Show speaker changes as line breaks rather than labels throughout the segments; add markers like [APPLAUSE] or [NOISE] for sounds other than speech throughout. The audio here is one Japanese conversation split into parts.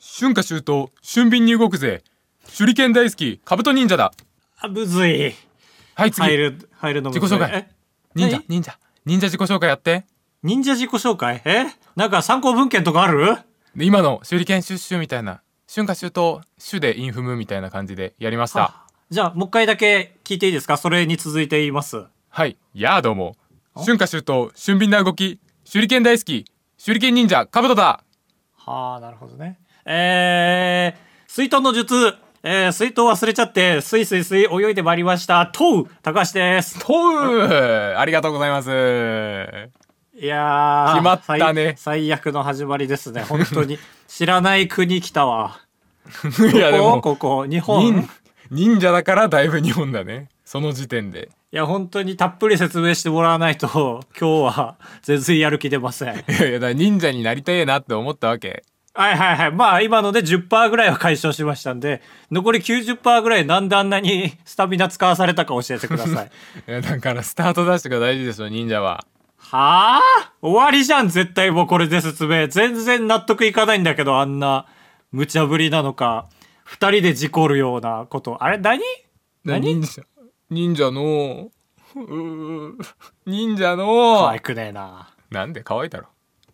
春夏秋冬俊敏に動くぜ手裏剣大好きカブト忍者だ
あむずい
はい次
入る入るのむずい
自己紹介
え
忍者
何
忍者忍者自己紹介やって
忍者自己紹介えなんか参考文献とかある
で今の手裏剣シュッシュみたいな春夏秋冬手でインフムみたいな感じでやりました
あじゃあもう一回だけ聞いていいですかそれに続いて言います
はい、やあどうも。春夏秋冬、俊敏な動き、手裏剣大好き、手裏剣忍者、カブトだ
はあなるほどねえー、水遁の術えー、水遁忘れちゃって、スイスイスイ泳いでまいりました。とう高橋です。
とうありがとうございます。
いやー
決まったね
最最悪の始まりですね。
[LAUGHS]
本当に。知らない国来たわ。
[LAUGHS] いやで
こ
も、
こここ日本い
忍忍者だからだいぶ日本だね。その時点で。
や本当にたっぷり説明してもらわないと [LAUGHS] 今日は全然やる気出ませんはい
いやいや、だから忍者になりたいなって思ったわけ。
はいはいまあ今ので10%ぐらいは解消しましたんで残り90%ぐらいなんであんなに [LAUGHS] スタミナ使わされたか教えてく
[LAUGHS]
ださい
いやだからスタートダッシュが大事でしょ、忍者は。
はあ終わりじゃん絶対もうこれで説明全然納得いかないんだけどあんな無茶ぶりなのか2人で事故るようなことあれ何何
忍者忍者の、うー忍者の、
可愛くねえな
なんで可愛いだろ。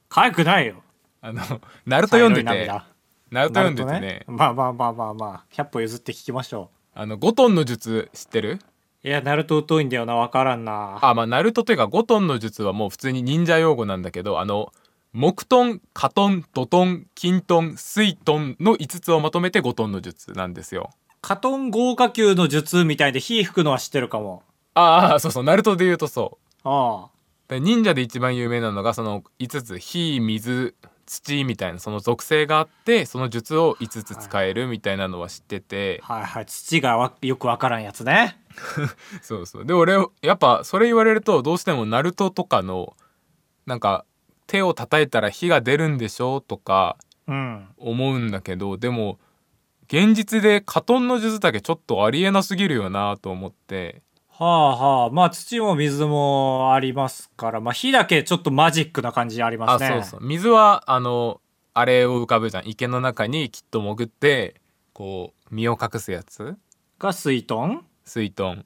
可愛くないよ
あの、ナルト読んで
茶色い
て、
涙
ナルト読んでて
なる
ね
とまあまあまあまあまあ100歩譲って聞きましょ
あの、5トンの術知ってる
ういやナルト疎いんだよな分からんな
あ、まあ、ナルトというか5トンの術はもう普通に忍者用語なんだけど、あの、木トン、火トン、土トン、金トン、水トンの5つをまとめて5トンの術なんですよ。
カトン豪華球の術みたいで火吹くのは知ってるかも
ああ、そうそう、ナルトで言うとそ
あ
う。で忍者で一番有名なのがその5つ、火、水、土みたいなその属性があって、その術を5つ使えるみたいなのは知ってて
あ、はいはい土がわよく分からんやつね
そうそうで俺やっぱそれ言われるとどうしてもナルトとかのなんか手を叩いたら火が出るんでしょとか
うん
思うんだけどでも現実でカトンの術だけちょっとありえなすぎるよなと思って
はあはあまあ土も水もありますからまあ火だけちょっとマジックな感じありま
あ
すね
そうそう水はあのあれを浮かべじゃん池の中にきっと潜ってこう身を隠すやつ
が水遁
水遁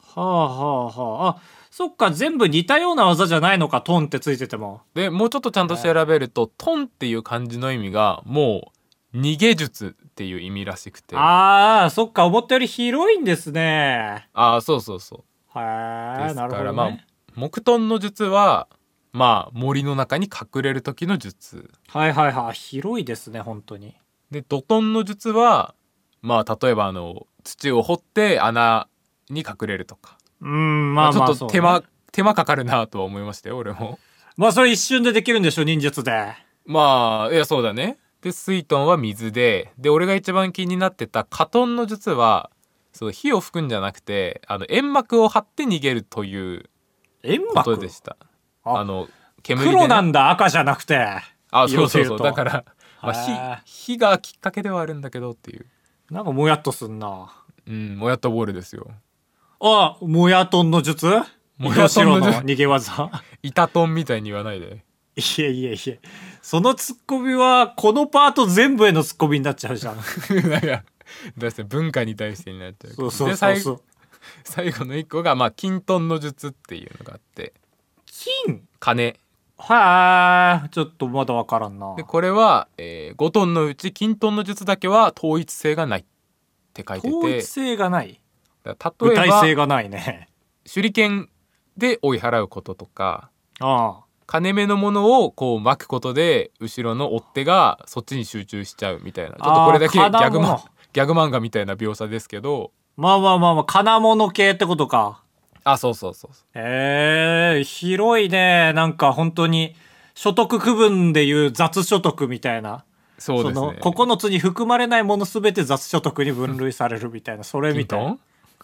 はあはあはああそっか全部似たような技じゃないのかトンってついてても
でもうちょっとちゃんと調べると「トン」っていう漢字の意味がもう逃げ術っていう意味らしくてあ
ああそっか思ったより広いんですね
あーそうそうそう
は
で
い
す
な
か
るほ
ら
ど
まあ
ね、
木遁の術はまあ森の中に隠れる時の術
はいはいはい広いですね本当に
で土遁の術はまあ例えばあの土を掘って穴に隠れるとか、
うんまあまあ
ちょっと手間、手間かかるなとは思いましたよ俺も [LAUGHS]
まあそれ一瞬でできるんでしょ忍術で
まあいやそうだねで水遁は水でで俺が一番気になってた火遁の術はそう火を吹くんじゃなくてあの煙幕を張って逃げるという
煙
こ
幕
とでしたあ
あ
の煙でね、
黒なんだ赤じゃなくて
あそうそうそう
色と
だから、まあ
へ、
火火がきっかけではあるんだけどっていう
なんかもやっとすんな
うんもやったボールですよ
あもやとんの術
もやとんの術
糸白逃げ技 [LAUGHS]
板トンみたいに言わないで [LAUGHS]
いえいえいえそのツッコミはこのパート全部へのツッコミになっちゃ
[LAUGHS]
うじゃん
なんかだして文化に対してになっちゃう
そうそう
で
そう
最
そう
最後の一個が、まあ、金トンの術っていうのがあって
金
金
はあちょっとまだわからんな
でこれは、え5トンのうち金トンの術だけは統一性がないって書いて
統
て
一性がない
だから
具
例え
体
ば
性がないね
手裏剣で追い払うこととか
ああ
金目のものをこう巻くことで後ろの追っ手がそっちに集中しちゃうみたいなちょっとこれだけギ
あー金
ャグマン
物
ギャグ漫画みたいな描写ですけど
まあまあまあまあ金物系ってことか
あそうそうそうそう
ええ広いね。なんか本当に、所得区分でいう雑所得みたいな。
そうです
の
ね、
9つに含まれないものすべて雑所得に分類されるみたいな、それ
金
みたいな
ト。ン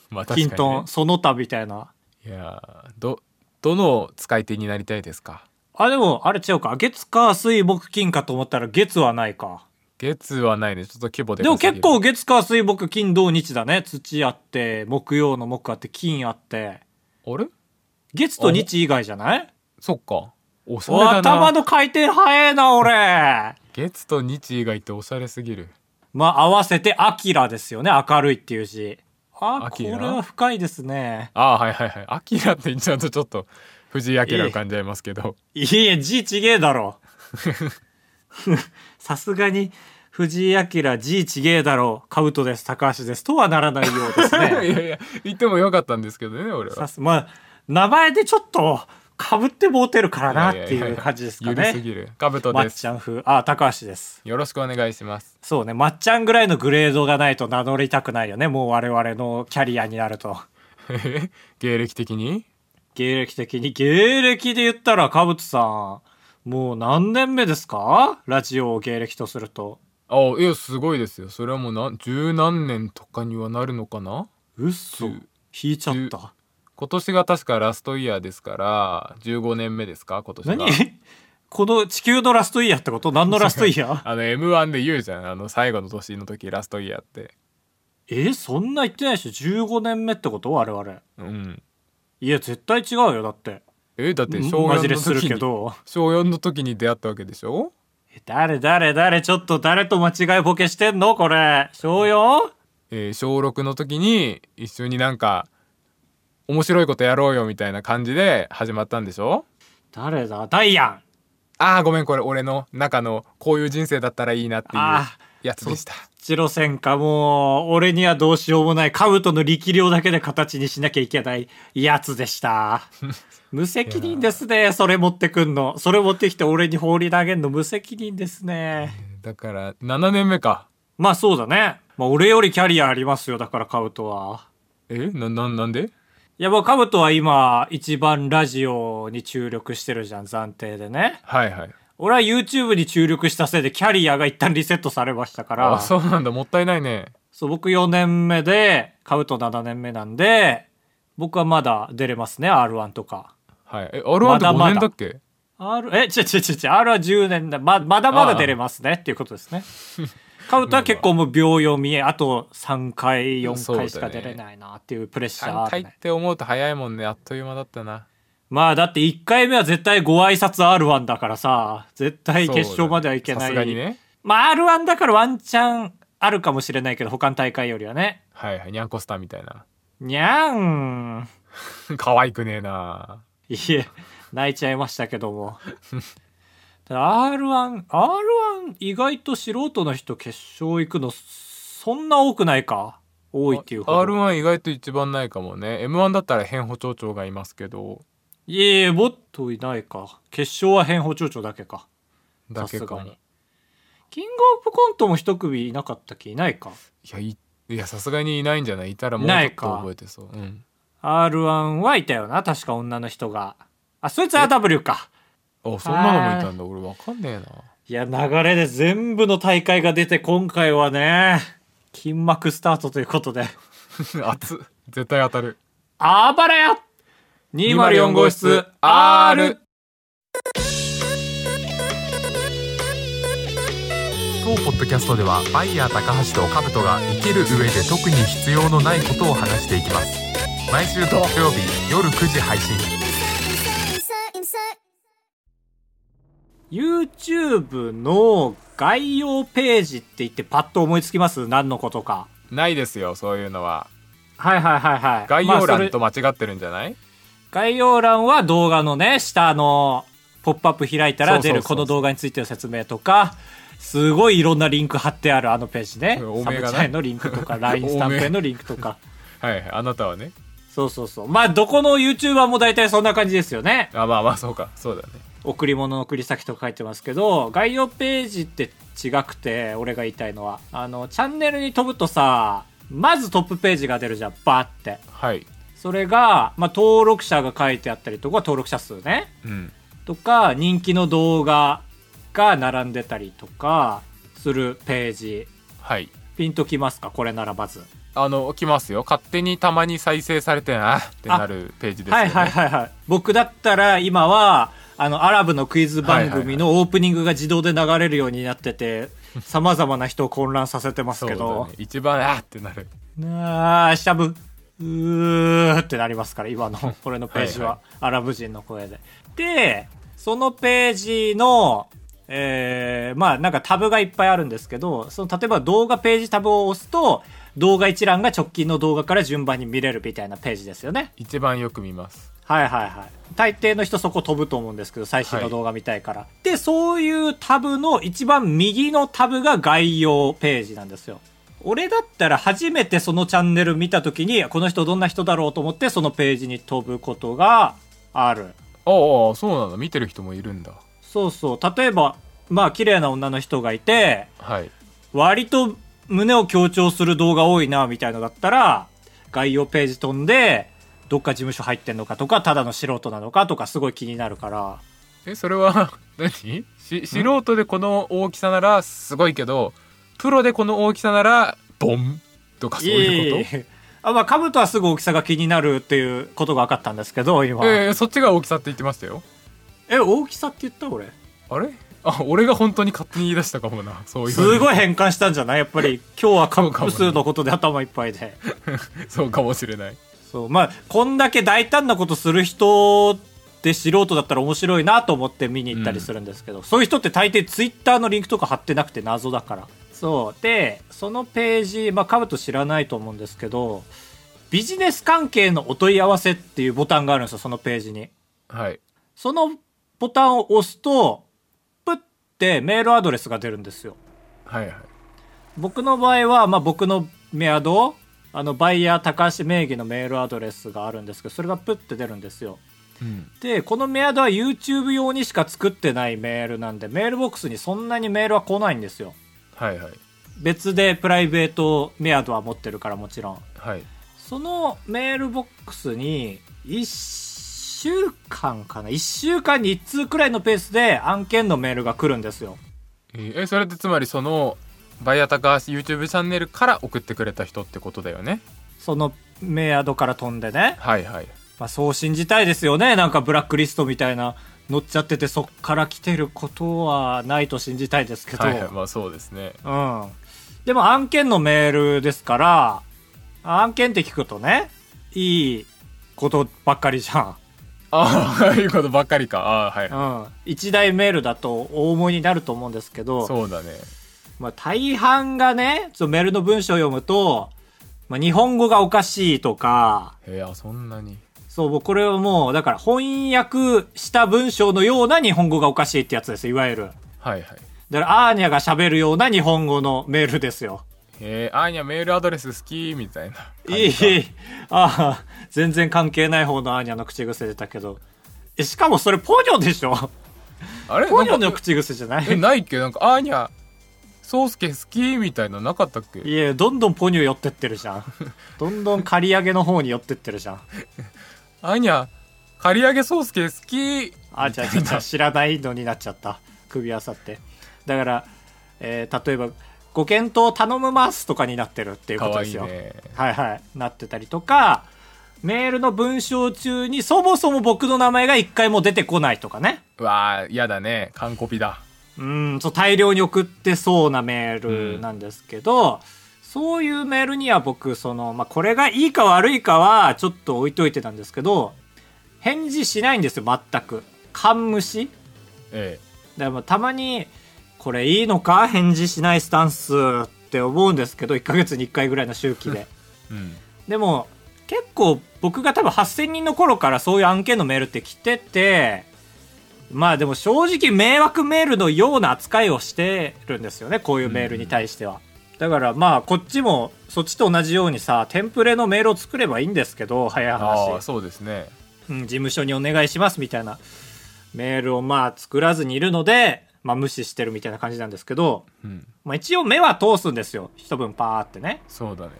まあ確かに
均
ね
等、その他みたいな。
いやーどどの使い手になりたいですか
あ、でも、あれ違うか。月、火、水、木、金かと思ったら月はないか。
月はないねちょっと規模で
でも
稼げ
結
る
構月、火、水、木、金、土、日だね。土あって、木曜の木あって、金あって。
あれ
月と日以外じゃない
そっかおしゃれだな
頭の回転早えな俺
月と日以外っておしゃれすぎる
まあ合わせて「アキラ」ですよね明るいっていう字あ
ア
こ
キ
れ
ラ
は深いですね
ああはいはいはい「アキラ」って言っちゃうとちょっと藤井明を感じちゃいますけど
いいえ字ちげえだろ [LAUGHS] さすがに藤井明字ちげえだろカウトです高橋ですとはなら [LAUGHS] ないようです
[LAUGHS] いや
ね
いや言ってもよかったんですけどね俺は
さすまあ名前でちょっとかぶってもうてるからなっ
やや
ていう感じですか
ややゆるす
ね
ぎるかぶと
ま
で
っ
す
ちゃん風あ高橋です
よろしくお願いします [LAUGHS]
そうねまっちゃんぐらいのグレードがないと名乗りたくないよねもう我々のキャリアになると
芸歴的に
芸歴的に芸歴で言ったらかぶとさんもう何年目ですかラジオを芸歴とすると
あいやすごいですよそれはもうなん十何年とかにはなるのかな
うっそ
十
引いちゃった
今年が確かラストイヤーですから15年目ですか今年が
何この地球のラストイヤーってこと何のラストイ
[LAUGHS]
ヤー
あの m 1で言うじゃんあの最後の年の時ラストイヤーって
えそんな言ってないでしょ15年目ってこと我々
うん
いや絶対違うよだって
えだって小
マジ
4
レ
の
する
時
け
に
ど
小4の時に出会ったわけでしょ
え誰誰誰ちょっと誰と間違いボケしてんのこれ小 4?
えー小6の時に一緒になんか面白いことやろうよみたいな感じで始まったんでしょ
誰だダイアン
あーごめんこれ俺の中のこういう人生だったらいいなっていう
あ
やつでした
一路線かもう俺にはどうしようもない兜の力量だけで形にしなきゃいけないやつでした無責任ですねそれ持ってくんのそれ持ってきて俺に放り投げんの無責任ですね
だから7年目か
まあそうだねまあ俺よりキャリアありますよだから兜は
えなななんで
いやもう兜は今一番ラジオに注力してるじゃん暫定でね
はいはい
俺は YouTube に注力したせいでキャリアが一旦リセットされましたから
あそうなんだもったいないね
そう、僕4年目で、買うと7年目なんで、僕はまだ出れますね、R1 とか。
はいえ R1 って
まだま
5
だ
年だっけ
R、え、ちょちょちょちょ、R は10年だ。ま、まだまだ出れますねっていうことですね。買うとは結構もう秒読み、あと3回、4回しか出れないなっていうプレッシャーあ
3
るね、
回って思うと早いもんねあっという間だったな
まあだって1回目は絶対ご挨拶 R1 だからさ、絶対決
そうだね
勝まではいけない。
さすがにね
まあ R1 だからワンチャンあるかもしれないけど、他の大会よりはね。
はいはいにゃんこスターみたいな [LAUGHS]
にゃーん。
可愛くねえない
いえ、泣いちゃいましたけども。R1、R1 意外と素人の人決勝行くのそんな多くないか多いっていうほど。
R1 意外と一番ないかもね M1 だったら変補聴長がいますけど
いえいえ、もっといないか。決勝は変補長長だけか。
だけ
さす
か
が
もい
に。キングオブコントも一組いなかったっけいないか。
やいいやさすがにいないんじゃないいたらもうち
な
ょっ
いか
と覚えてそう、うん、
R1 はいたよな。確か女の人が。あ、そいつ RW か。
あそんなのもいたんだ俺わかんねえない
や、流れで全部の大会が出て、今回はね、筋膜スタートということで。
[LAUGHS] 熱っ絶対当たる
あばれや204号室 R
当ポッドキャストではバイヤー高橋とカブトが生きる上で特に必要のないことを話していきます毎週土曜日夜9時配信
insert, insert.
YouTube の概要ページって言ってパッと思いつきます何のことか。
ないですよそういうのは
はいはいはいはい。
概要欄と
まあそれ
間違ってるんじゃない、
概要欄は動画のね、下のポップアップ開いた
そ
ら
うそうそ
出
う
るこの動画についての説明とか、すごいいろんなリンク貼ってあるあのページね。
お
サ
めえ
ム
がな
チャイのリンクとか、LINE スタンプへのリンク
[LAUGHS]
とか。
はいはいあなたはね
そうそうそう。まあ、どこの YouTuber も大体そんな感じですよね。
あまあまあそうかそうだね
贈り物の送り先とか書いてますけど概要ページって違くて俺が言いたいのはあのチャンネルに飛ぶとさまずトップページが出るじゃんバーって
はい
それが、まあ、登録者が書いてあったりとか登録者数ね
うん
とか人気の動画が並んでたりとかするページ
はい
ピンときますかこれならまず、
あの来ますよ勝手にたまに再生されてなってなるページですよ
は
ね
いはいはいはい僕だったら今はあのアラブのクイズ番組のオープニングが自動で流れるようになっ
[LAUGHS]
ててさまざまな人を混乱させてます
そう
けど
だね一番あーってなる
なあしゃぶうーってなりますから今の俺のページは
は
アラブ人の声ででそのページの、えーまあなんかタブがいっぱいあるんですけど、その例えば動画ページタブを押すと、動画一覧が直近の動画から順番に見れるみたいなページですよね。
一番よく見ます
はいはいはい。大抵の人そこ飛ぶと思うんですけど、最新の動画見たいから。で、そういうタブの一番右のタブが概要ページなんですよ。俺だったら初めてそのチャンネル見た時に、この人どんな人だろうと思ってそのページに飛ぶことがある。
ああそうなんだ見てる人もいるんだ
そうそう。例えば、まあ綺麗な女の人がいて、
はい
割と胸を強調する動画多いなみたいのだったら概要ページ飛んでどっか事務所入ってんのかとかただの素人なのかとかすごい気になるから
えそれは [LAUGHS] 何し素人でこの大きさならすごいけどプロでこの大きさならボンとかそういうこ
いいあまあカブとはすぐ大きさが気になるっていうことが分かったんですけど今
とえー、そっちが大きさって言ってましたよ
え大きさって言った俺
あれあ俺が本当に勝手に言い出したかもなそういう
す
い
ごい変換したんじゃないやっぱり今日はカ
そうかも
ッ
ね
プ数のことで頭いっぱいで
そうかもしれない
そうまあこんだけ大胆なことする人って素人だったら面白いなと思って見に行ったりするんですけど、そういう人って大抵ツイッターのリンクとか貼ってなくて謎だからそうでそのページまあカブト知らないと思うんですけどビジネス関係のお問い合わせっていうボタンがあるんですよそのページに
はい
そのボタンを押すとプッてメールアドレスが出るんですよ
はいはい
僕の場合は、まあ、僕のメアドあのバイヤー高橋名義のメールアドレスがあるんですけどそれがプッて出るんですよ
うん
でこのメアドは YouTube 用にしか作ってないメールなんでメールボックスにそんなにメールは来ないんですよ
はいはい
別でプライベートメアドは持ってるからもちろん
はい
そのメールボックスに1週間かな1週間に1通くらいのペースで案件のメールが来るんですよ
えーえそれってつまりそのバイアタカー YouTube チャンネルから送ってくれた人ってことだよね
そのメアドから飛んでね
はいはい
まあ、そう信じたいですよねなんかブラックリストみたいな乗っちゃっててそっから来てることはないと信じたいですけど、
はいはいまあそうですね
うん、でも案件のメールですから案件って聞くとねいいことばっかりじゃん
ああ [LAUGHS] いうことばっかりかああはい、はい
うん、一大メールだと大思いになると思うんですけど
そうだね
まあ、大半がねそのメールの文章を読むと、まあ、日本語がおかしいとか
えー、あそんなに
そう、もうこれはもう、だから翻訳した文章のような日本語がおかしいってやつです、いわゆる。
はいはい
だから、アーニャが喋るような日本語のメールですよ。
えー、あーにゃメールアドレス好きみたいな感
いい、い
じ
い
か。
[LAUGHS] ああ、全然関係ない方のアーニャの口癖出たけど。えしかもそれポニョでし [LAUGHS] ょ
あれ
ポニ
な
ョの
んか
口癖じゃな [LAUGHS]
え
い
ないっけなんかあーにゃそうすけ好きみたいなのなかったっ
い
け
や、どんどんポニョ寄ってってるじゃん。どんどん刈り上げの方に寄ってってるじゃん。
あーにゃ刈り上げそうすけ好き
あ、じゃあ、じゃあじゃあ知らないのになっちゃった。首あさって。だから、えー例えば、ご検討頼むますとかになってるっていう
か
こと
わ
で
い
す
い
よ。
ね
はいはい。なってたりとか、メールの文章中にそもそも僕の名前が一回も出てこないとかね。
うわあ嫌だね完コピだ
うん、そう、大量に送ってそうなメールなんですけど、そういうメールには僕、その、まあ、これがいいか悪いかはちょっと置いといてたんですけど、返事しないんですよ、全く。勘無視
え
でもたまに「これいいのか返事しないスタンス」って思うんですけど1ヶ月に1回ぐらいの周期で
えうん
でも結構僕が多分8000人の頃からそういう案件のメールって来ててまあでも正直迷惑メールのような扱いをしてるんですよねこういうメールに対しては、だからまあこっちもそっちと同じようにさテンプレのメールを作ればいいんですけど早い話
ああそうですね
うん、事務所にお願いしますみたいなメールをまあ作らずにいるので、まあ無視してるみたいな感じなんですけど、
うん
まあ一応目は通すんですよ。一分パーってね。
そうだね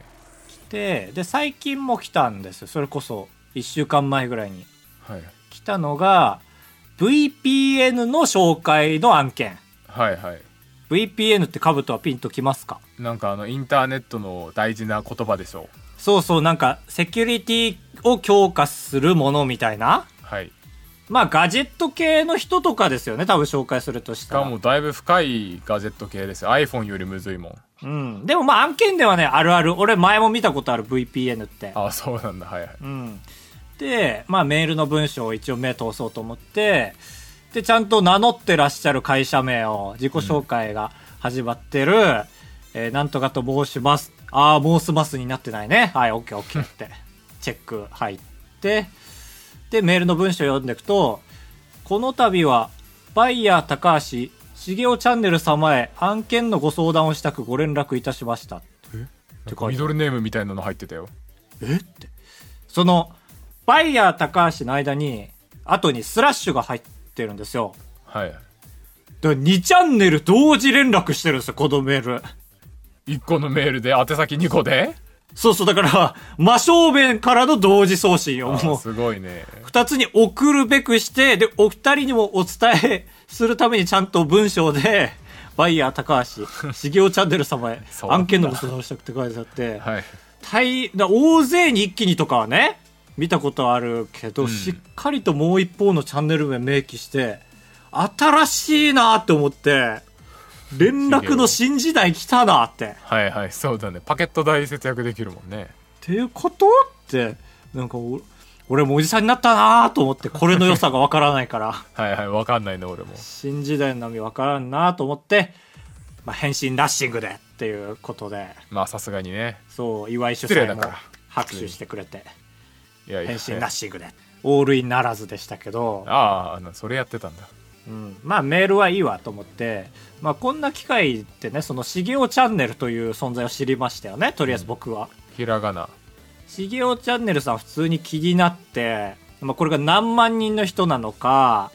で、で、最近も来たんですよ。それこそ、一週間前ぐらいに。
はい
来たのが、VPN の紹介の案件。
はいはい
VPN ってカブトはピンときますか
なんかあのインターネットの大事な言葉でしょう
そうそう、なんか、セキュリティを強化するものみたいな。
はい
まあ、ガジェット系の人とかですよね。多分紹介するとし
した
ら。
かもだいぶ深いガジェット系です iPhone よりむずいもん
うん。でもまあ案件ではね、あるある。俺前も見たことある VPN って。
ああそうなんだはいはい
うん。で、まあメールの文章を一応目通そうと思って、でちゃんと名乗ってらっしゃる会社名を自己紹介が始まってる、えーなんとかと申しますああ申しますになってないねはい OKOK ってチェック入ってでメールの文章を読んでいくとこの度はバイヤー高橋茂雄チャンネル様へ案件のご相談をしたくご連絡いたしました
なんかミドルネームみたいなの入ってたよ
そのバイヤー高橋の間に後にスラッシュが入ってるんですよ
はい
だから2チャンネル同時連絡してるんですよこのメール
1個のメールで宛先2個で
そうそうだから真正面からの同時送信を
あ
もう
すごいね
2つに送るべくしてでお二人にもお伝えするためにちゃんと文章でバイヤー
[LAUGHS]
高橋茂雄チャンネル様へ
そう
案件のご相談をしたくて書いてあって、
はい
大だ大勢に一気にとかはね見たことあるけど、
うん
しっかりともう一方のチャンネル名明記して新しいなって思って連絡の新時代来たなって。っ
はいはいそうだねパケット代節約できるもんね
ていうことってなんかお俺もおじさんになったなと思ってこれの良さがわからないから
[LAUGHS] はいはいわかんないね俺も
新時代の波わからんなと思って、まあ、返信ラッシングでっていうことで
まあさすがにね
そう岩井主
失礼
催
だ
も
から
拍手してくれて。
いやいや
返信ラッシングでオールインならずでしたけど、
ああなそれやってたんだ
うん、まあメールはいいわと思って、まあ、こんな機会ってねその「しげおチャンネル」という存在を知りましたよねとりあえず僕は。
ひらがな
しげおチャンネルさん普通に気になって、まあ、これが何万人の人なのか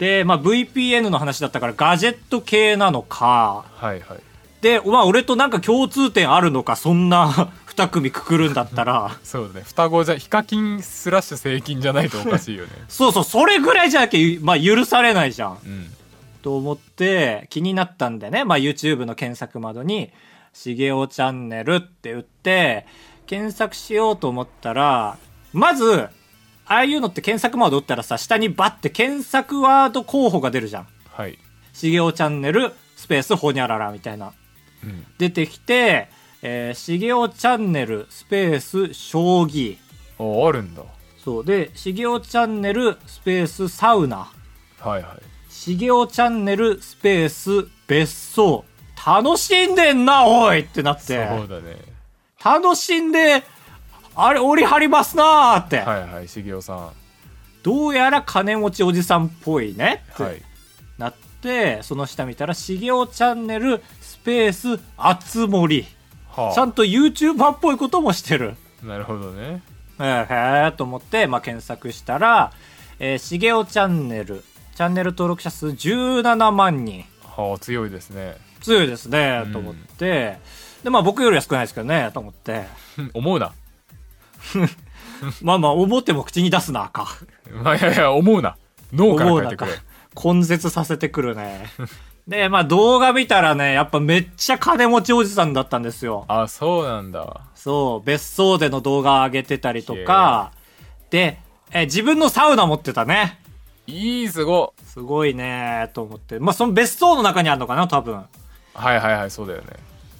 で、まあ、VPN の話だったからガジェット系なのか
はいはい
で、まあ、俺となんか共通点あるのかそんな [LAUGHS] 2組くくるんだったら
そうだね双子じゃヒカキンスラッシュ聖金じゃないとおかしい
[LAUGHS]
よね
そうそうそれぐらいじゃなきゃ、まあ、許されないじゃん。
うん
と思って気になったんでね、まあ、YouTube の検索窓に「しげおチャンネル」って打って検索しようと思ったらまずああいうのって検索窓打ったらさ下にバッて検索ワード候補が出るじゃん
はい、
「しげおチャンネル」スペースほにゃららみたいな
うん、
出てきて「えーしげおチャンネル」スペース将棋
ああるんだ
そうで「しげおチャンネル」スペースサウナ
はいはい
しげおチャンネルスペース別荘楽しんでんなおいってなっ
そう
て
だね
楽しんであれ折り張りますなーって、
はいはい茂雄さんは
どうやら金持ちおじさんっぽいねっ
い
てなって、その下見たらしげおチャンネルスペースあつ森
はあ
ちゃんと YouTuber っぽいこともしてる
なるほどね
えーへえと思って、まあ、検索したら「えーしげおチャンネル」チャンネル登録者数17万人
はあ強いですね [LAUGHS]
強いですね、
うん
と思ってでまあ僕よりは少ないですけどねと思って
[LAUGHS] 思うな
まあまあ思っても口に出すなあか
まあいやいや思うな脳から
思う
書い
な
て
あ
く
か
れ
根絶させてくるねでまあ動画見たらねやっぱめっちゃ金持ちおじさんだったんですよ
あそうなんだ
そう別荘での動画上げてたりとかでえ自分のサウナ持ってたね
いいすご
すごいねと思ってまあその別荘の中にあるのかな多分
はいはいはいそうだよね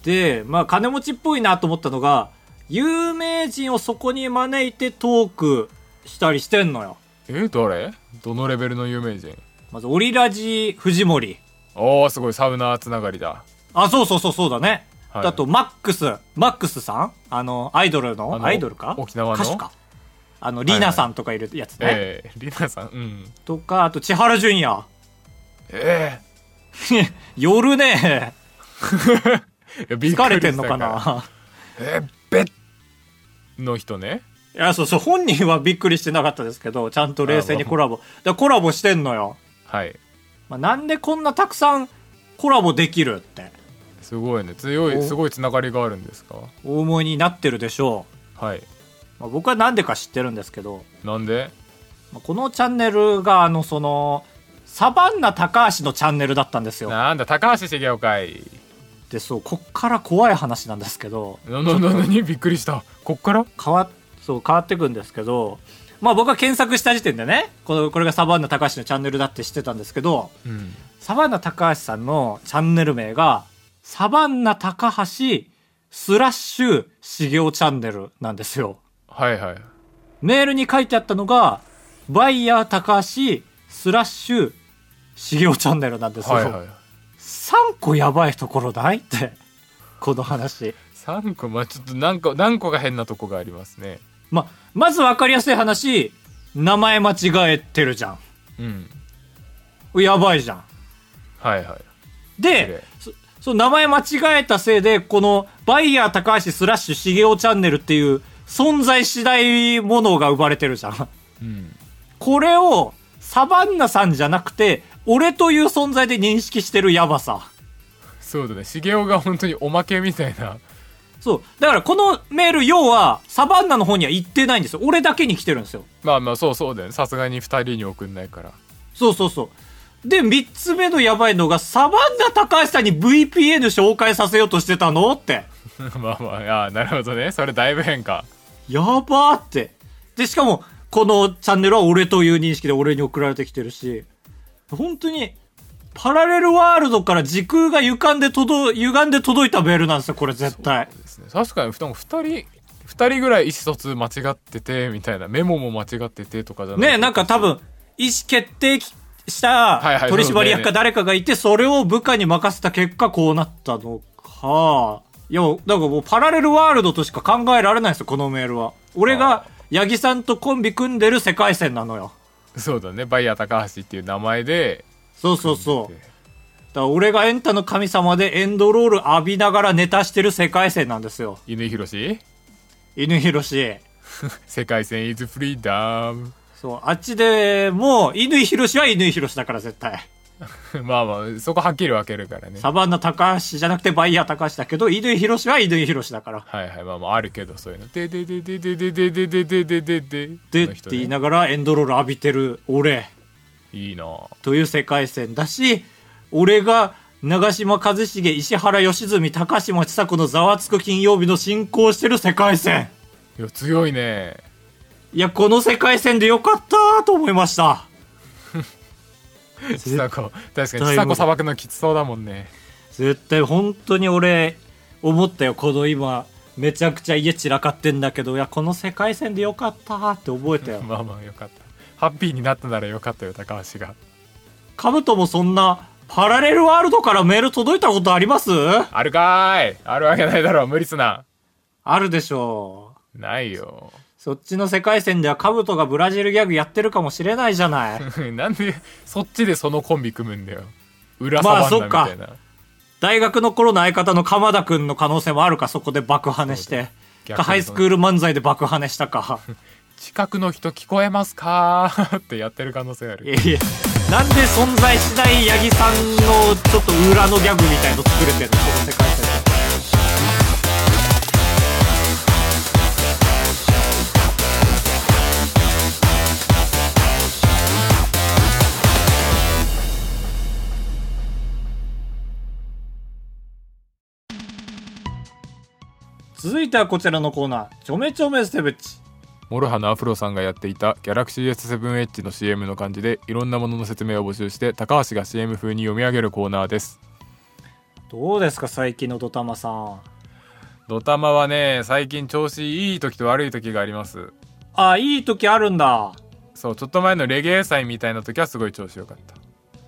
でまあ金持ちっぽいなと思ったのが有名人をそこに招いてトークしたりしてんのよ
え誰どのレベルの有名人
まずオリラジ藤森
おおすごいサウナーつながりだ
あそうそうそうそうだね、
はい
だとマックスマックスさんあのアイドル
あ
の
の
アイドルか
沖縄の
歌手かあのリナさんとかいるやつね、
ええりなさんうん
とかあと千原ジュニア
え
寄る
[LAUGHS]
ね
えいやびっくりした
疲れてんのかな
えー、べっの人ね
いやそうそう本人はびっくりしてなかったですけどちゃんと冷静にコラボだからコラボしてんのよ
はい
まあ、なんでこんなたくさんコラボできるって
すごいね強い
お
すごいつながりがあるんですか
お思いになってるでしょ、
はいう
まあ、僕はなんでか知ってるんですけど、
なんで
まあこのチャンネルがあのそのサバンナ高橋のチャンネルだったんですよ
なんだ高橋茂雄かい
でそうこっから怖い話なんですけど
ななななにびっくりしたこっから
変わそう変わってくんですけどまあ僕は検索した時点でねこのこれがサバンナ高橋のチャンネルだって知ってたんですけど
うん
サバンナ高橋さんのチャンネル名がサバンナ高橋スラッシュ茂雄チャンネルなんですよ
はいはい
メールに書いてあったのが、バイヤー高橋スラッシュ修行チャンネルなんですよ、
はいはい
3個やばいところないって [LAUGHS] この話
3個まあちょっと何個何個が変なとこがありますね
ままず分かりやすい話名前間違えてるじゃ
うん
んやばいじゃん
はいはい
でそその名前間違えたせいでこのバイヤー高橋スラッシュ茂雄チャンネルっていう存在しないものが生まれてるじゃん
うん
これをサバンナさんじゃなくて俺という存在で認識してるヤバさ
そうだね茂雄が本当におまけみたいな
そうだからこのメール要はサバンナの方には行ってないんですよ俺だけに来てるんですよ
まあまあそうそうだよねさすがに2人に送んないから [LAUGHS]
そうそうそう。で、三つ目のやばいのが、サバンナ高橋さんに VPN 紹介させようとしてたのって。
まあまあああなるほどねそれだいぶ変か
やばーって。で、しかも、このチャンネルは俺という認識で俺に送られてきてるし、本当に、パラレルワールドから時空が歪んで届、歪んで届いたメールなんですよ、これ絶対。
ですね確かに2人2人ぐらい意思疎通間違っててみたいなメモも間違っててとかじゃない
ねえ、なんか多分、意思決定きした
はいはい
取締役
そ
か
うね
誰かがいて、それを部下に任せた結果、こうなったのか。いや、だからもうパラレルワールドとしか考えられないですよ、このメールは。俺が、八木さんとコンビ組んでる世界線なのよ。
そうだねバイヤー高橋っていう名前で
そうそうそう。だから俺がエンタの神様でエンドロール浴びながらネタしてる世界線なんですよ。
犬ひろし
犬ひろし。
世界線 is freedom
そう、あっちでもう、犬ひろしは犬ひろしだから絶対。
まあまあそこはっきり分けるからね
サバンナ高橋じゃなくてバイヤー高橋だけど、乾ひろしは乾ひろしだから。
はいはいまあまああるけどそういうのででででででででででででで
で、
この
って
人ね
言いながらエンドロール浴びてる俺
いいなぁ
という世界線だし、俺が長嶋一茂、石原良純、高嶋ちさ子のざわつく金曜日の進行してる世界線。
いや強いね
いや、この世界線でよかったと思いました。
ちさ子確か
対無
に
理
ちさ子さばくのきつそうだもんね
絶対本当に俺、思ったよ。この今、めちゃくちゃ家散らかってんだけど、いや、この世界線でよかったって覚えたよ。
まあまあよかったハッピーになったならよかったよ高橋が
カブトもそんなパラレルワールドからメール届いたことあります
あるかーいあるわけないだろ無理すな
あるでしょう。
ないよ [LAUGHS]
そっちの世界線ではカブトがブラジルギャグやってるかもしれないじゃない。
なんでそっちでそのコンビ組むんだよ裏サバンナみたいな、
大学の頃の相方の鎌田くんの可能性もあるか、そこで爆跳ねして。
逆に
かハイスクール漫才で爆跳ねしたか。
近くの人聞こえますか [LAUGHS] ーってやってる可能性あ
いや
る
いやなんで存在しない八木さんのちょっと裏のギャグみたいの作れてるのこの世界線で。続いてはこちらのコーナー、ちょめちょめセブチ。
モロハのアフロさんがやっていたギャラクシー S7H の CM の感じでいろんなものの説明を募集して高橋が CM 風に読み上げるコーナーです
どうですか、最近のドタマさん。
ドタマはね最近調子いい時と悪い時があります
あ、いい時あるんだ。
そうちょっと前のレゲエ祭みたいな時はすごい調子よかった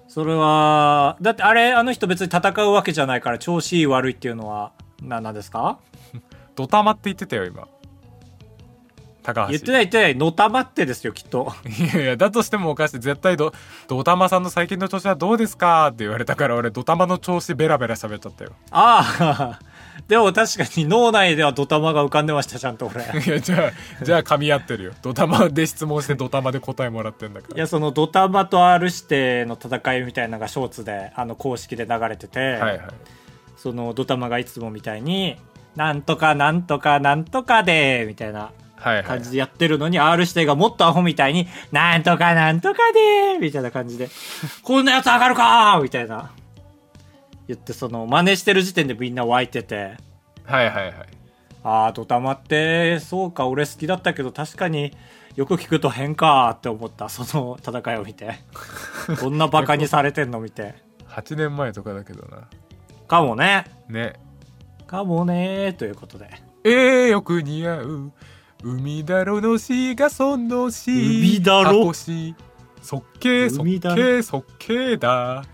それは、だってあれ、あの人別に戦うわけじゃないから、調子いい悪いっていうのは、な、なんですか
ドタマって言ってたよ今高橋
言ってない言ってない、のたまってですよ、きっと。
いやいやだとしてもおかしい絶対どドタマさんの最近の調子はどうですかって言われたから俺ドタマの調子ベラベラ喋っちゃったよ
ああ、 [LAUGHS] でも確かに脳内ではドタマが浮かんでました、ちゃんと
[LAUGHS]
俺。
いやじゃあじゃあ噛み合ってるよドタマで質問してドタマで答えもらってんだか
い
ら
や、そのドタマと R 指定の戦いみたいなのがショーツで、あの、公式で流れてて、
はいはい
そのドタマがいつもみたいに、なんとかなんとかなんとかで、みたいな
はいは
感
い
じでやってるのに、R 指定がもっとアホみたいに、なんとかなんとかでーみたいな感じで、こんなやつ上がるかーみたいな。言って、その、真似してる時点でみんな湧いてて、
はいはいはい
あー、ドタマって、そうか、俺好きだったけど、確かによく聞くと変かーって思った、その戦いを見て。こんなバカにされてんの見て。
8年前とかだけどな
かもね。
ね
かもねー、ということで。
えー、よく似合う海だろの詩がその詩
海だろ
タコシそっけーそ
海だ
っけーそっけーだ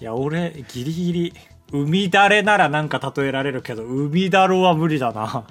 いや俺ギリギリ海だれならなんか例えられるけど海だろは無理
[LAUGHS]
だな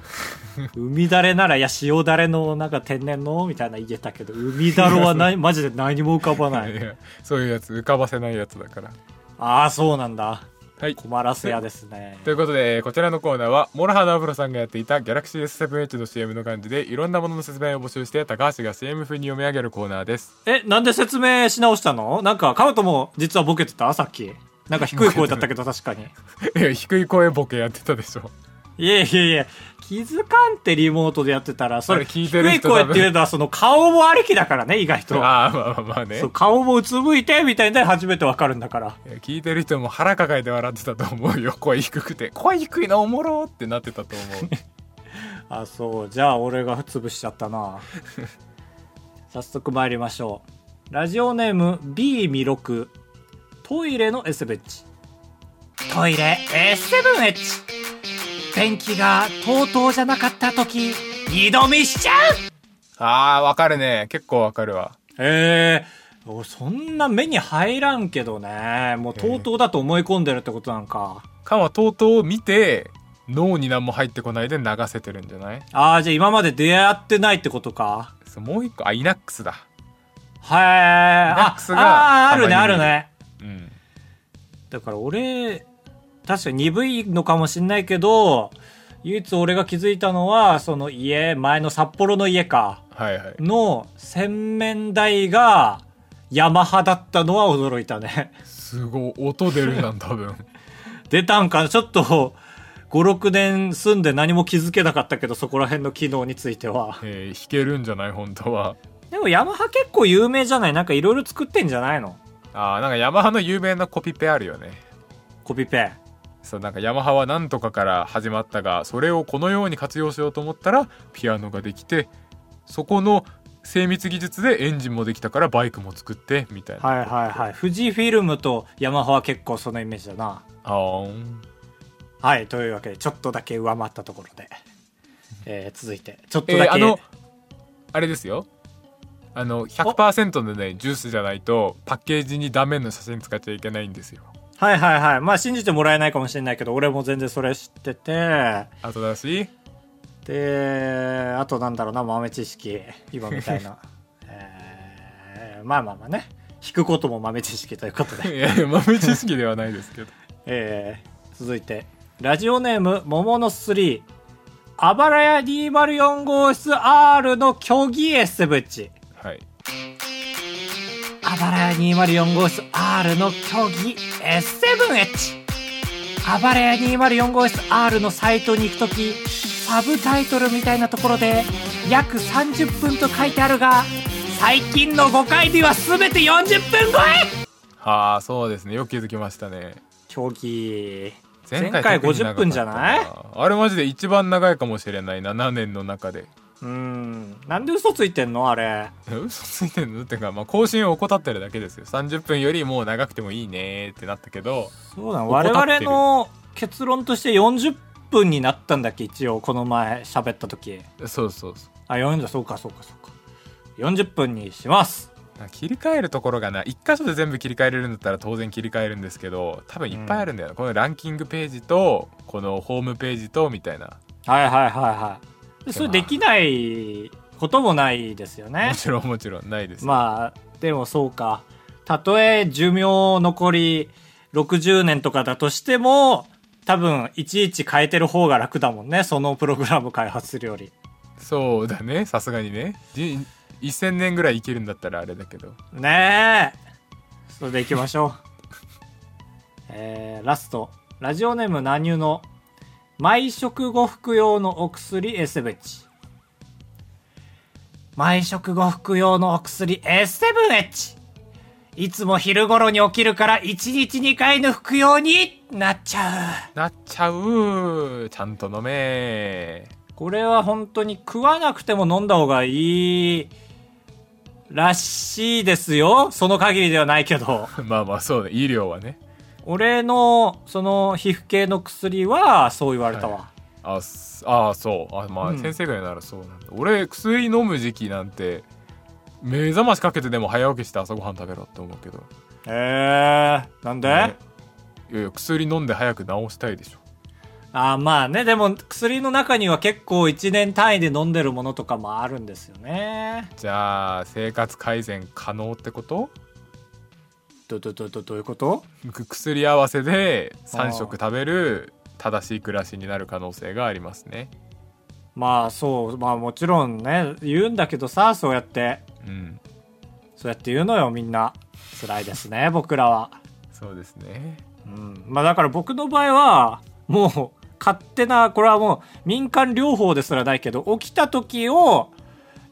海だれならいや塩だれのなんか天然のみたいな言えたけど海だろはな
[LAUGHS]
いマジで何も浮かばないい
やそういうやつ浮かばせないやつだから
ああそうなんだ
はい
困らせやですね
ということでこちらのコーナーはモラハのアフロさんがやっていたギャラクシー S7H の CM の感じでいろんなものの説明を募集して高橋が CM 風に読み上げるコーナーです [LAUGHS]
えなんで説明し直したのなんかカウトも実はボケてたさっきなんか低い声だったけど確かに
いや低い声ボケやってたでしょ
いやいやいや、気づかんってリモートでやってたら、そ
あ
れ、
れ聞
低
いてる
い
人
声っていうのは、その顔もありきだからね、意外と。
ああまあまあまあね
そう顔もうつむいて、みたいなので初めてわかるんだから。
いや聞いてる人も腹抱えて笑ってたと思うよ [LAUGHS] 声低くて声低いのおもろーってなってたと思 [LAUGHS] う
あ、そう。じゃあ、俺が潰しちゃった [LAUGHS] な。早速参りましょう。ラジオネーム B ミロク。トイレの S ベッチ。トイレ S7H。電気がとうとうじゃなかった時、二度見しちゃう
ああわかるね結構わかるわ
ええ俺そんな目に入らんけどね。もうとうとうだと思い込んでるってことなんか。
カンはとうとう見て脳に何も入ってこないで流せてるんじゃない
ああ、じゃあ今まで出会ってないってことか。
そうもう一個あイナックスだ
はい。
ナッ
あ
ク、スが
あー、あるね、あ
たまに
るね。
うん
だから俺、確かに鈍いのかもしんないけど、唯一俺が気づいたのは、その家、前の札幌の家か、
はいはい
の洗面台が、ヤマハだったのは驚いたね。 [LAUGHS]
すごい音出るじゃん多分
出たんかなちょっと56年住んで何も気づけなかったけどそこら辺の機能については
えー弾けるんじゃない本当は
でもヤマハ結構有名じゃないなんかいろいろ作ってんじゃないの
あーなんかヤマハの有名なコピペあるよね
コピペ
そうなんかヤマハは何とかから始まったがそれをこのように活用しようと思ったらピアノができてそこの精密技術でエンジンもできたからバイクも作ってみたいな、
はいはいはい富士フィルムとヤマハは結構そのイメージだな
あーん
はいというわけでちょっとだけ上回ったところで、えー続いてちょっと
え
だけ、
ーあのあれですよあの100%のねジュースじゃないとパッケージに断面の写真使っちゃいけないんですよ
はいはいはいまあ信じてもらえないかもしれないけど俺も全然それ知ってて
あとだ [LAUGHS] し
であとなんだろうな豆知識今みたい
[LAUGHS]
な、えーまあまあまあね引くことも豆知識ということ
い
で、
やいや豆知識ではないですけど
えー続いてラジオネーム桃の3あばらや204号室 R の虚偽エスブチ
はい
あばらや204号室 R の虚偽 S7H あばらや204号室 R のサイトに行くときサブタイトルみたいなところで約30分と書いてあるが最近の5回では全て40分超え
ああそうですねよく気づきましたね
虚偽
前
前回
特に長かった
50分じゃない
あれマジで一番長いかもしれない7年の中で [LAUGHS]
うーんなんで嘘ついてんのあれ
嘘ついてんのってか、まあ、更新を怠ってるだけですよ30分よりもう長くてもいいねーってなったけど
そうだ
怠っ
我
てる
々の結論として40分になったんだっけ一応この前喋った時
そうそうそ
あ40だそうかそうかそうか40分にします
うなんか切り替えるところがな一箇所で全部切り替えれるんだったら当然切り替えるんですけど多分いっぱいあるんだよな、このランキングページとこのホームページとみたいな
はいはいはいはいでそれできないこともないですよね
もちろんもちろんないです、
まあでもそうかたとえ寿命残り60年とかだとしても多分いちいち変えてる方が楽だもんねそのプログラム開発するより
そうだねさすがにねじ1000年ぐらい生きるんだったらあれだけど
ねえそれでいきましょう [LAUGHS] えー、ラストラジオネームナニュの毎食後服用のお薬エセベチ毎食後服用のお薬 S7H いつも昼頃に起きるから1日2回の服用になっちゃ
なっちゃうちゃんと飲め [LAUGHS]
うこれは本当に食わなくても飲んだ方がいいらしいですよその限りではないけど
まあまあそうだ医療はね
俺のその皮膚系の薬はそう言われたわ、
あすあそうあま
う
あ
ん
先生が言うならそうなんだ、俺薬飲む時期なんて目覚ましかけてでも早起きして朝ごはん食べろって思うけど
えー、なんで、
ねいやいや薬飲んで早く治したいでしょ
あーまあねでも薬の中には結構1年単位で飲んでるものとかもあるんですよね
じゃあ生活改善可能ってこと
どどどどどういうこと
く薬合わせで3食食べる正しい暮らしになる可能性がありますね
まあそうまあもちろんね言うんだけどさそうやって
うん
そうやって言うのよみんな辛いですね僕らは
そうですね
うんまあだから僕の場合はもう勝手なこれはもう民間療法ですらないけど起きた時を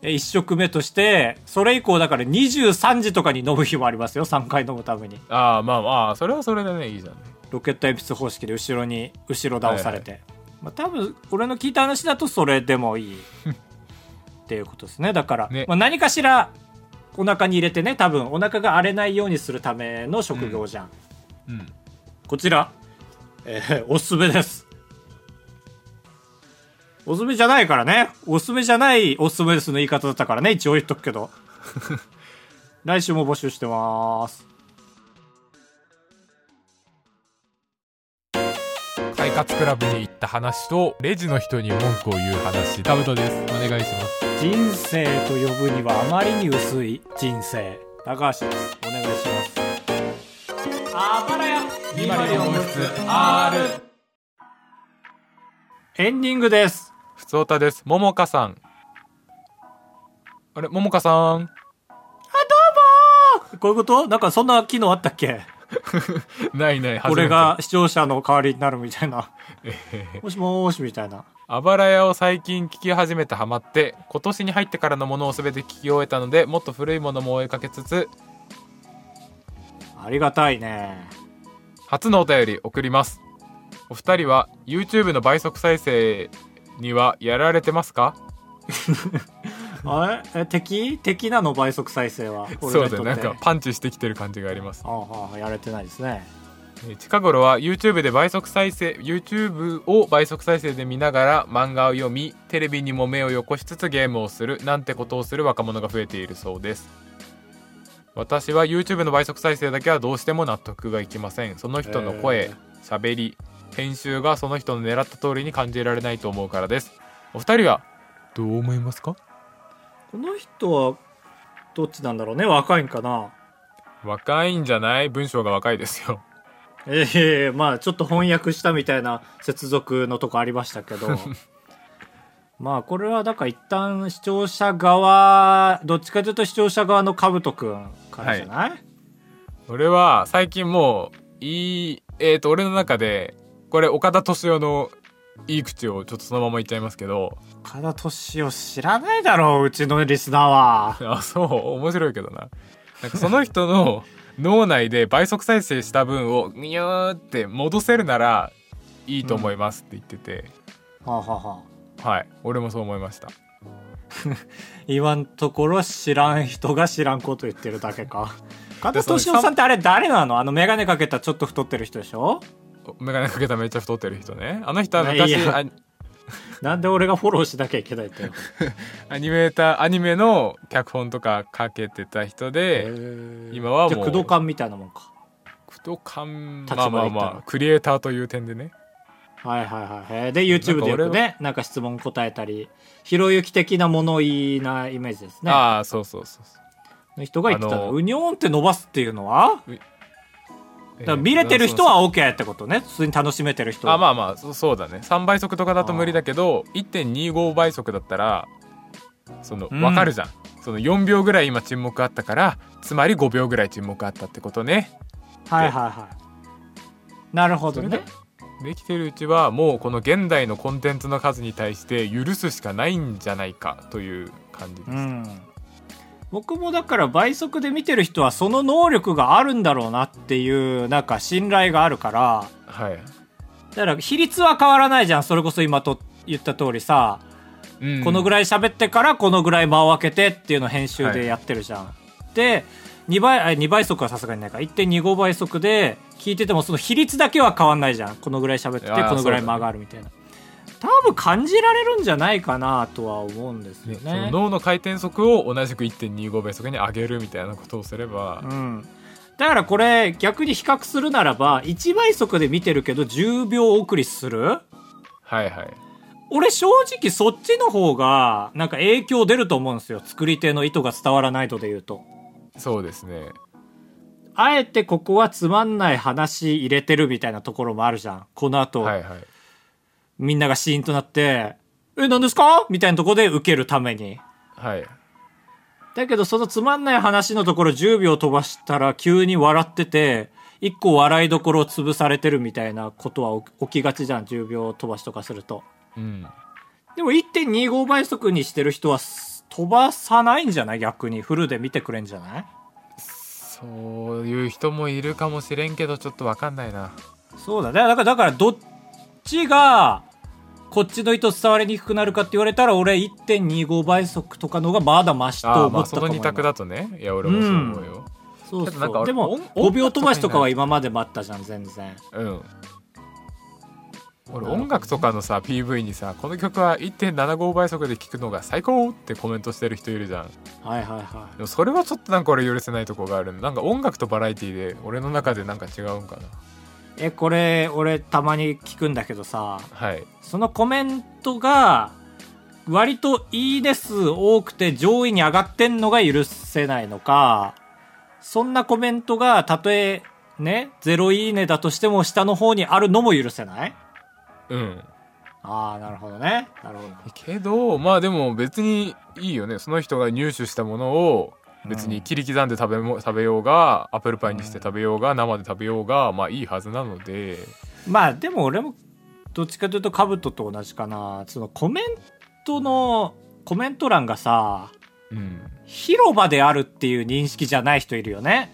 1食目としてそれ以降だから23時とかに飲む日もありますよ3回飲むために
ああまあまあそれはそれでねいいじゃんね
ロケット鉛筆方式で後ろに後ろ倒されて、まあ、多分俺の聞いた話だとそれでもいいっていうことですねだから、
ね
まあ、何かしらお腹に入れてね多分お腹が荒れないようにするための職業じゃん、
うん
こちら、えーおすすめですおすすめじゃないからねおすすめじゃないおすすめですの言い方だったからね一応言っとく
[LAUGHS]
けど来週も募集してます
快活クラブに行った話とレジの人に文句を言う話タブトですお願いします
人生と呼ぶにはあまりに薄い人生高橋ですお願いしますあばらやエンディングです
ふつおたですももかさんあれももかさん
こういうことなんかそんな機能あったっけ
ないない初めて
俺が視聴者の代わりになるみたいな
えへへ
もしもーしみたいな
あばら屋を最近聞き始めてハマって今年に入ってからのものを全て聞き終えたのでもっと古いものも追いかけつつ
ありがたいね
初のお便り送りますお二人は YouTube の倍速再生にはやられてますか
あれえ敵敵なの倍速再生は
そう
に
だ
と
ね
って
なんかパンチしてきてる感じがあります
ああああやれてないですね
えー近頃は YouTube で倍速再生 YouTube を倍速再生で見ながら漫画を読みテレビにも目をよこしつつゲームをするなんてことをする若者が増えているそうです私は YouTube の倍速再生だけはどうしても納得がいきませんその人の
へ
声
ー
喋、り編集がその人の狙った通りに感じられないと思うからですお二人はどう思いますか
この人はどっちなんだろうね若いんかな
若いんじゃない文章が若いですよ
ええまあちょっと翻訳したみたいな接続のとこありましたけど [LAUGHS] まあこれはだから一旦視聴者側どっちかというと視聴者側のかぶとくんからじゃない、
俺は最近もういいえっ、と俺の中でこれ岡田敏夫のいい口をちょっとそのまま言っちゃいますけど
岡田敏夫知らないだろううちのリスナーは
あそう面白いけどななんかその人の [LAUGHS] 脳内で倍速再生した分をニューって戻せるならいいと思いますって言ってて、
はあ、はあはあ、
はい俺もそう思いました
今んところ知らん人が知らんこと言ってるだけか岡田
でそう
敏夫さんってあれ誰なのあの眼鏡かけたちょっと太ってる人でしょ
お眼鏡かけためっちゃ太ってる人ねあの人は昔
いや
アニ
なんで俺がフォローしなきゃいけないって
アニメーターアニメの脚本とかかけてた人で、今はもう
じゃあ工藤館みたいなもんか
クドカン
立
ま
場
あ
で言
ま
った
あ
ら
まあクリエイターという点でね
はいはいはいへー。で、YouTube でよくね、なんか質問答えたり、ひろゆき的な物言いなイメージですね。
ああそうそうそうそう
の人が言ってた
あ
の。
の
うにょーんって伸ばすっていうのはだから見れてる人は OK ってことね。普通に楽しめてる人は。
あまあまあそそうだね3倍速とかだと無理だけど1.25倍速だったらその
うん
分かるじゃん、その4秒ぐらい今沈黙あったからつまり5秒ぐらい沈黙あったってことね
はいはいはい。なるほど
それ
ね
で。できてるうちはもうこの現代のコンテンツの数に対して許すしかないんじゃないかという感じです、
うん。僕もだから倍速で見てる人はその能力があるんだろうなっていう、なんか信頼があるから、
はい、
だから比率は変わらないじゃん。それこそ今と言った通りさ、このぐ
らい
らい喋ってからこのぐらい間を空けてっていうのを編集でやってるじゃん。で2倍あ2倍速はさすがにないか1.25倍速で聞いててもその比率だけは変わんないじゃんこのぐらい喋って
いやー
このぐらい間があるみたいな。っ多分感じられるんじゃないかなとは思うんですよ
その
ね。
脳の回転速を同じく1.25倍速に上げるみたいなことをすれば
う、ん、だからこれ逆に比較するならば1倍速で見てるけど10秒送りする
はいはい
俺正直そっちの方がなんか影響出ると思うんですよ作り手の意図が伝わらないとで言うと。
そうですね
あえてここはつまんない話入れてるみたいなところもあるじゃん。この後、
はいはい
みんながシーンとなって、え、何ですかみたいなところで受けるために。
はい
だけどそのつまんない話のところ10秒飛ばしたら急に笑ってて、一個笑いどころを潰されてるみたいなことは起き起きがちじゃん。10秒飛ばしとかすると。
うん
でも1.25倍速にしてる人はす飛ばさないんじゃない逆に。フルで見てくれんじゃない
そういう人もいるかもしれんけどちょっとわかんないな
そうだね。だから、だからどっちが、こっちの意図伝わりにくくなるかって言われたら、俺1.25倍速とかの方がまだマシと
あーま
思
あ
った
そ
かも
の
今。
二択だとねいや俺もそう思うよ、
そう
けどなんか
そう。
俺
でも
音楽、
5秒飛ばしとかは今までもあったじゃん、全然。
うん。俺音楽とかのさ PV にさこの曲は1.75倍速で聴くのが最高ってコメントしてる人いるじゃん
はいはいはい。
でもそれはちょっとなんか俺許せないとこがあるなんか音楽とバラエティで俺の中でなんか違うんかな
え、これ、俺たまに聞くんだけどさ、
はい
そのコメントが、割といいです多くて上位に上がってんのが許せないのか、そんなコメントがたとえね、ゼロいいねだとしても下の方にあるのも許せない
うん
ああ、なるほどね。なるほど。
けどまあでも別にいいよねその人が入手したものを別に切り刻んで食べも食べようがアップルパイにして食べようが生で食べようがまあいいはずなので
まあでも俺もどっちかというとカブトと同じかな。そのコメントの、コメント欄がさ、
うん
広場であるっていう認識じゃない人いるよね。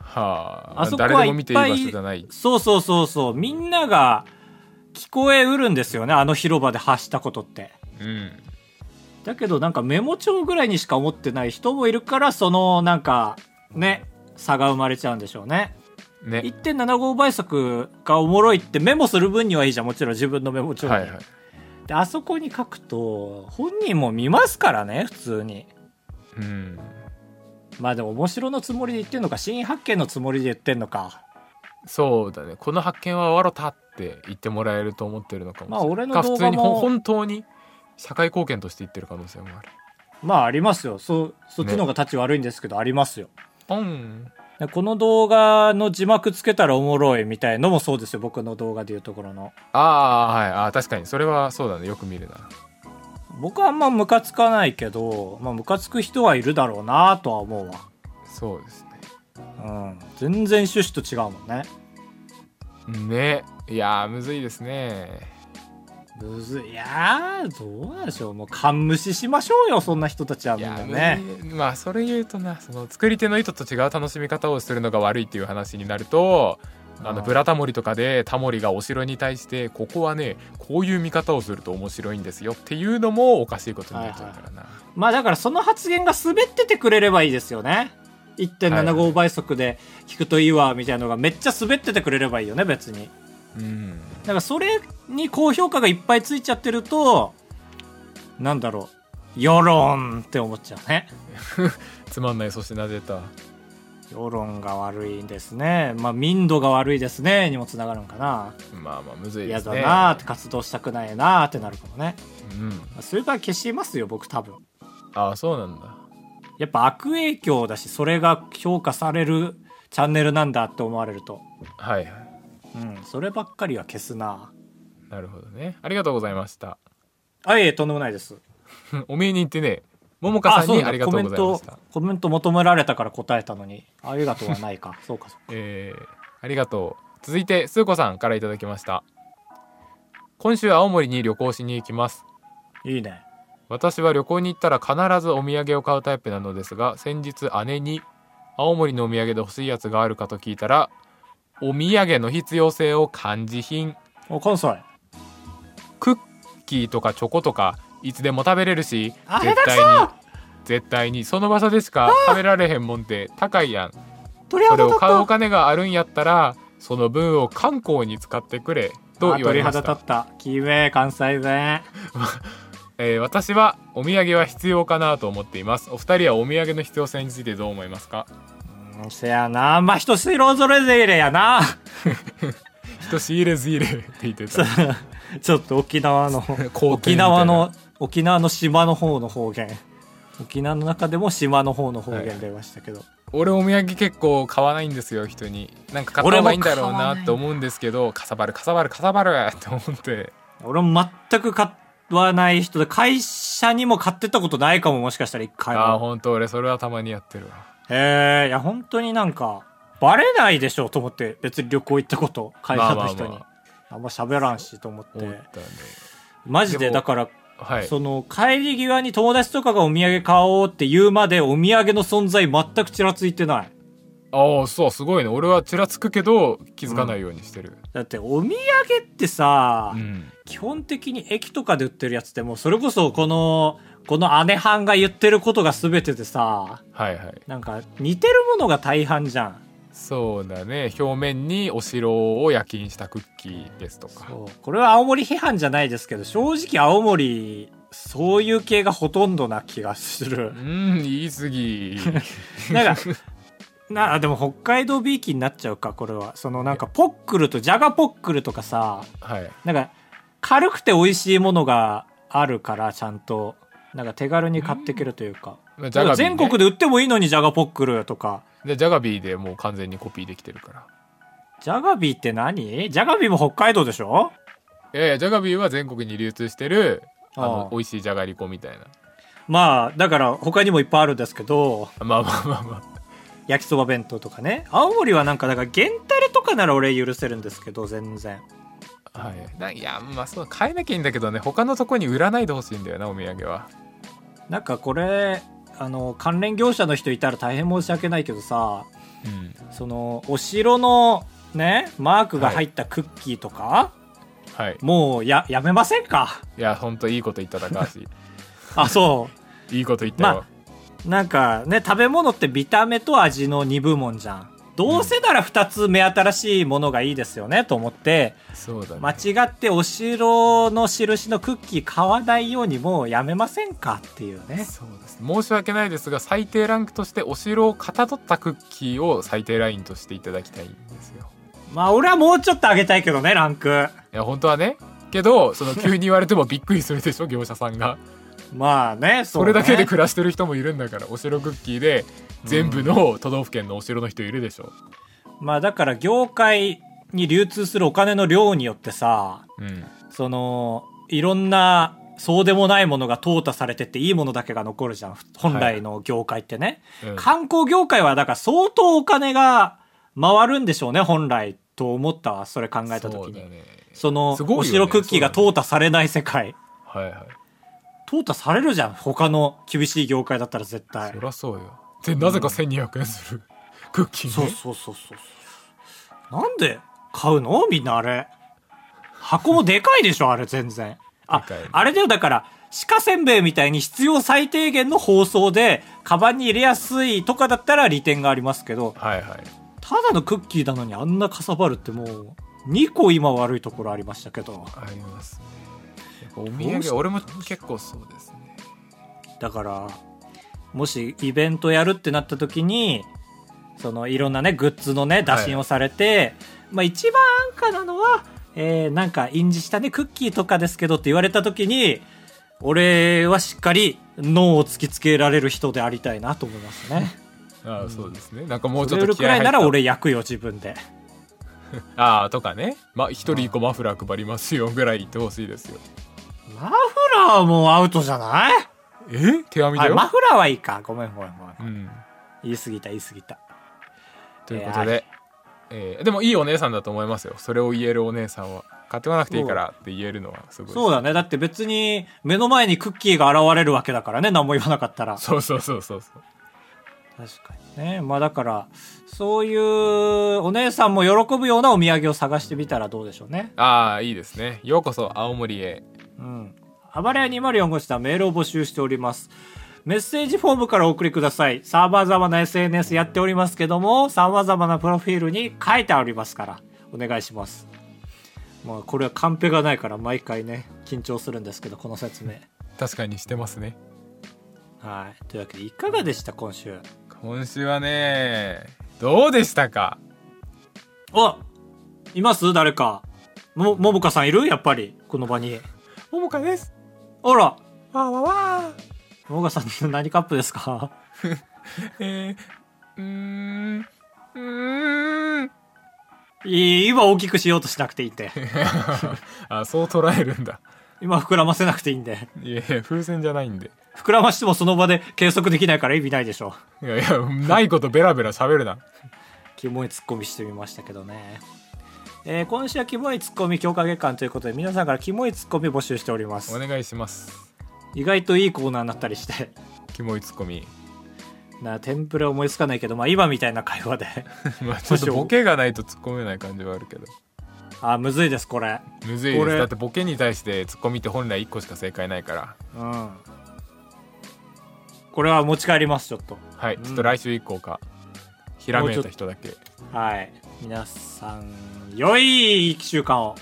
はあ
あそこ
誰
は
で
いっぱい
も見ていい場所じゃない
そうそうそうそう。みんなが聞こえうるんですよね。あの広場で発したことって。
うん
だけどなんかメモ帳ぐらいにしか思ってない人もいるから、そのなんかね、差が生まれちゃうんでしょうね。
ね
1.75倍速がおもろいってメモする分にはいいじゃん。もちろん自分のメモ帳に。
はいはい
で、あそこに書くと、本人も見ますからね、普通に。
うん
まあでも面白のつもりで言ってんのか、新発見のつもりで言ってんのか。
そうだねこの発見は笑ったって言ってもらえると思ってるのかもしれない
まあ俺の
か
動
普通
画
に
も
ほん本当に社会貢献として言ってる可能性もある
まあありますよ。そ、そっちの方が立ち悪いんですけど、ありますよ。
ポン
でこの動画の字幕つけたらおもろいみたいのもそうですよ、僕の動画でいうところの。
ああはいあー確かにそれはそうだねよく見るな
僕はあんまムカつかないけど、まあムカつく人はいるだろうなとは思うわ。
そうです
うん。全然趣旨と違うもんね。
ねねいやーむずいですね
むずい。いやー、どうなんでしょう。もう勘無視しましょうよ、そんな人たちはいみん
や
な
ー
ね。
むずいまあそれ言うとなその作り手の意図と違う楽しみ方をするのが悪いっていう話になるとあの
あー
ブラタモリとかでタモリがお城に対してここはねこういう見方をすると面白いんですよっていうのもおかしいことになっちゃうからな、
まあだからその発言が滑っててくれればいいですよね。1.75倍速で聞くといいわ、みたいなのがめっちゃ滑っててくれればいいよね、別に。
うん
だからそれに高評価がいっぱいついちゃってると、なんだろう、世論って思っちゃうね。
つまんない粗品出た
世論が悪いんですね。まあ、民度が悪いですね。にもつながるんかな。
まあまあむずいで
嫌
す
だ
ね
なーって活動したくないなーってなるかもね。
うん、
まあそれから消しますよ、僕多分。
ああそうなんだ
やっぱ悪影響だし、それが評価されるチャンネルなんだって思われると。
はいはい
うん、そればっかりは消すな
なるほどねありがとうございました [LAUGHS]
あ、いえ、とんでもないです。
おめえに言ってねももかさん
そう
に
だ
ありがとうございまし
コメン
た
ト、コメント求められたから答えたのに、ありがとうはないか。 [LAUGHS] そうか、そうか。
えーありがとう続いてすうこさんからいただきました今週青森に旅行しに行きます
いいね。
私は旅行に行ったら必ずお土産を買うタイプなのですが先日姉に青森のお土産で欲しいやつがあるかと聞いたらお土産の必要性を感じ品
お、関西。
クッキーとかチョコとかいつでも食べれるし
あれだ
絶対
そ
に
う
絶対にその場所でしか食べられへんもんって高いやん
鳥
それ
肌
を
立っ
買うお
た。
金があるんやったらその分を観光に使ってくれと
あ
言わ
鳥
れま
肌
し
立
た
った。きめえ、関西弁。
えー私はお土産は必要かなと思っていますお二人はお土産の必要性についてどう思いますか
うんせやな。まあ、人それぞれやな。 [LAUGHS]
人仕入れず入れって言ってた
ちょっと沖縄の
[LAUGHS] 皇帝
沖
みたいな
縄の沖縄の島の方の方言沖縄の中でも島の方の方言出ましたけど、
俺お土産結構買わないんですよ人になんか買った方がいいんだろうなって思うんですけどかさばるかさばるかさばるって思って
俺も全く買わない人で会社にも買ってったことないかももしかしたら一回
ああ
も
本当俺それはたまにやってるわ
へえいや本当になんかバレないでしょと思って別に旅行行ったこと会社の人に、
まあまあま
あんま喋らんしと思って
思ったね
マジ
で
で
も
だから
はい
その帰り際に友達とかがお土産買おうって言うまでお土産の存在全くちらついてない
ああそうすごいね俺はちらつくけど気づかないようにしてる
だってお土産ってさ、
うん、
基本的に駅とかで売ってるやつってもうそれこそこのこの姉はんが言ってることが全てでさ
はいはい
なんか似てるものが大半じゃん
そうだね表面にお城を夜勤したクッキーですとか
そうこれは青森批判じゃないですけど正直青森そういう系がほとんどな気がす
[LAUGHS]
る
うん言い過 [LAUGHS] ぎ
なんかなあでも北海道 B きになっちゃうかこれはそのなんかポックルとじゃがポックルとかさ
はい
なんか軽くて美味しいものがあるからちゃんとなんか手軽に買っていけるというか、
まあ
だから全国
で
で売ってもいいのにジャガポックルとか
でジャガビーでもう完全にコピーできてるから
ジャガビーって何ジャガビーも北海道でしょ
いやいやジャガビーは全国に流通してるあ
ああ
の美味しいじゃがりこみたいな
まあだから他にもいっぱいあるんですけど
まあまあまあまあ
焼きそば弁当とかね青森はなんかだからゲンタレとかなら俺許せるんですけど全然
はい、ないやまあそう買えなきゃいいんだけどね他のとこに売らないでほしいんだよなお土産は
なんかこれあの関連業者の人いたら大変申し訳ないけどさ
うん
そのお城のねマークが入ったクッキーとか、
はい
もうややめませんか
いやほんといいこと言った高 [LAUGHS] 橋
あそう
いいこと言ったよ、
まなんかね食べ物って見た目と味の2部門じゃんどうせなら2つ目新しいものがいいですよねと思って
そうだね
間違ってお城の印のクッキー買わないようにもうやめませんかっていうね
そうです申し訳ないですが最低ランクとしてお城をかたどったクッキーを最低ラインとしていただきたいんですよ
まあ俺はもうちょっと上げたいけどねランク
いや本当はねけどその急に言われてもびっくりするで [LAUGHS] しょ業者さんが
まあねそ
そう
ね
れだけで暮らしてる人もいるんだからお城クッキーで全部の都道府県のお城の人いるでしょ
まあだから業界に流通するお金の量によってさ
うん
そのいろんなそうでもないものが淘汰されてっていいものだけが残るじゃん本来の業界ってね、
うん
観光業界はだから相当お金が回るんでしょうね本来と思ったわそれ考えた
そ
時
う
に
だ
そ,、
ね
の、
すごいよね
お城クッキーが
そうだね
淘汰されない世界
はいはい
淘汰されるじゃん他の厳しい業界だったら絶対
そりゃそうよでなぜか1200円する、 [LAUGHS] クッキー
そう
ね
そうそうそうそうなんで買うのみんなあれ箱もでかいでしょあれ全然あ
でかいね
あれだよだから鹿せんべいみたいに必要最低限の包装でカバンに入れやすいとかだったら利点がありますけど
はいはい
ただのクッキーなのにあんなかさばるってもう2個今悪いところありましたけど
ありますねやっぱお
どう
土
した
産俺も結構そうですね
だからもしイベントやるってなった時にそのいろんなねグッズのね打診をされて、まあ一番安価なのは、えーなんか印字したねクッキーとかですけどって言われた時に俺はしっかり脳を突きつけられる人でありたいなと思いますね。
ああそうですねなん [LAUGHS] かもうち
そ
ょ
れ
っと
より
気
く
合
ら
入
い
っ
な
た
ら俺焼くよ自分で。
ああとかね、ま、一人一個マフラー配りますよぐらい言ってほしいですよ
マフラーもアウトじゃない
え手紙だ
あ
よ、
マフラーはいいかごめんごめんごめん。
うん、
言い過ぎた言い過ぎた
ということで、えーでもいいお姉さんだと思いますよそれを言えるお姉さんは買ってこなくていいからって言えるのはすごい
そうだねだって別に目の前にクッキーが現れるわけだからね何も言わなかったら確
そうそうそうそうそう
かにねまあだからそういうお姉さんも喜ぶようなお土産を探してみたらどうでしょうね
ああいいですねようこそ青森へ
うん暴れ屋204号室ではメールを募集しておりますメッセージフォームからお送りくださいさまざまな SNS やっておりますけどもさまざまなプロフィールに書いてありますからお願いしますまあこれはカンペがないから毎回ね緊張するんですけどこの説明
確かにしてますね
はいというわけでいかがでした今週
今週はねどうでしたか
あいます誰かもももかさんいるやっぱりこの場に
ももかです
あら
わーわーわ
ももかさん何カップですか [LAUGHS]
ーえー、うーんうーん
いい今大きくしようとしなくていいんで
[LAUGHS] あそう捉えるんだ
今膨らませなくていいんで
いやいや風船じゃないんで
膨らましてもその場で計測できないから意味ないでしょ
いやいやないことベラベラ喋るな
キモいツッコミしてみましたけどね、えー今週はキモいツッコミ強化月間ということで皆さんからキモいツッコミ募集しておりま
お
す
願いします
意外といいコーナーになったりして
キモいツッコ
[LAUGHS]
ミ
なあ天ぷら思いつかないけどまあ今みたいな会話で
まあちょっとボケがないと突っ込めない感じはあるけど
あーむずいですこれ
むずいで
こ
す
れ
だってボケに対してツッコミって本来1個しか正解ないから
うんこれは持ち帰りますちょっと
はい、
ん
ちょっと来週以降かひらめいた人だけ
はい皆さん良い1週間を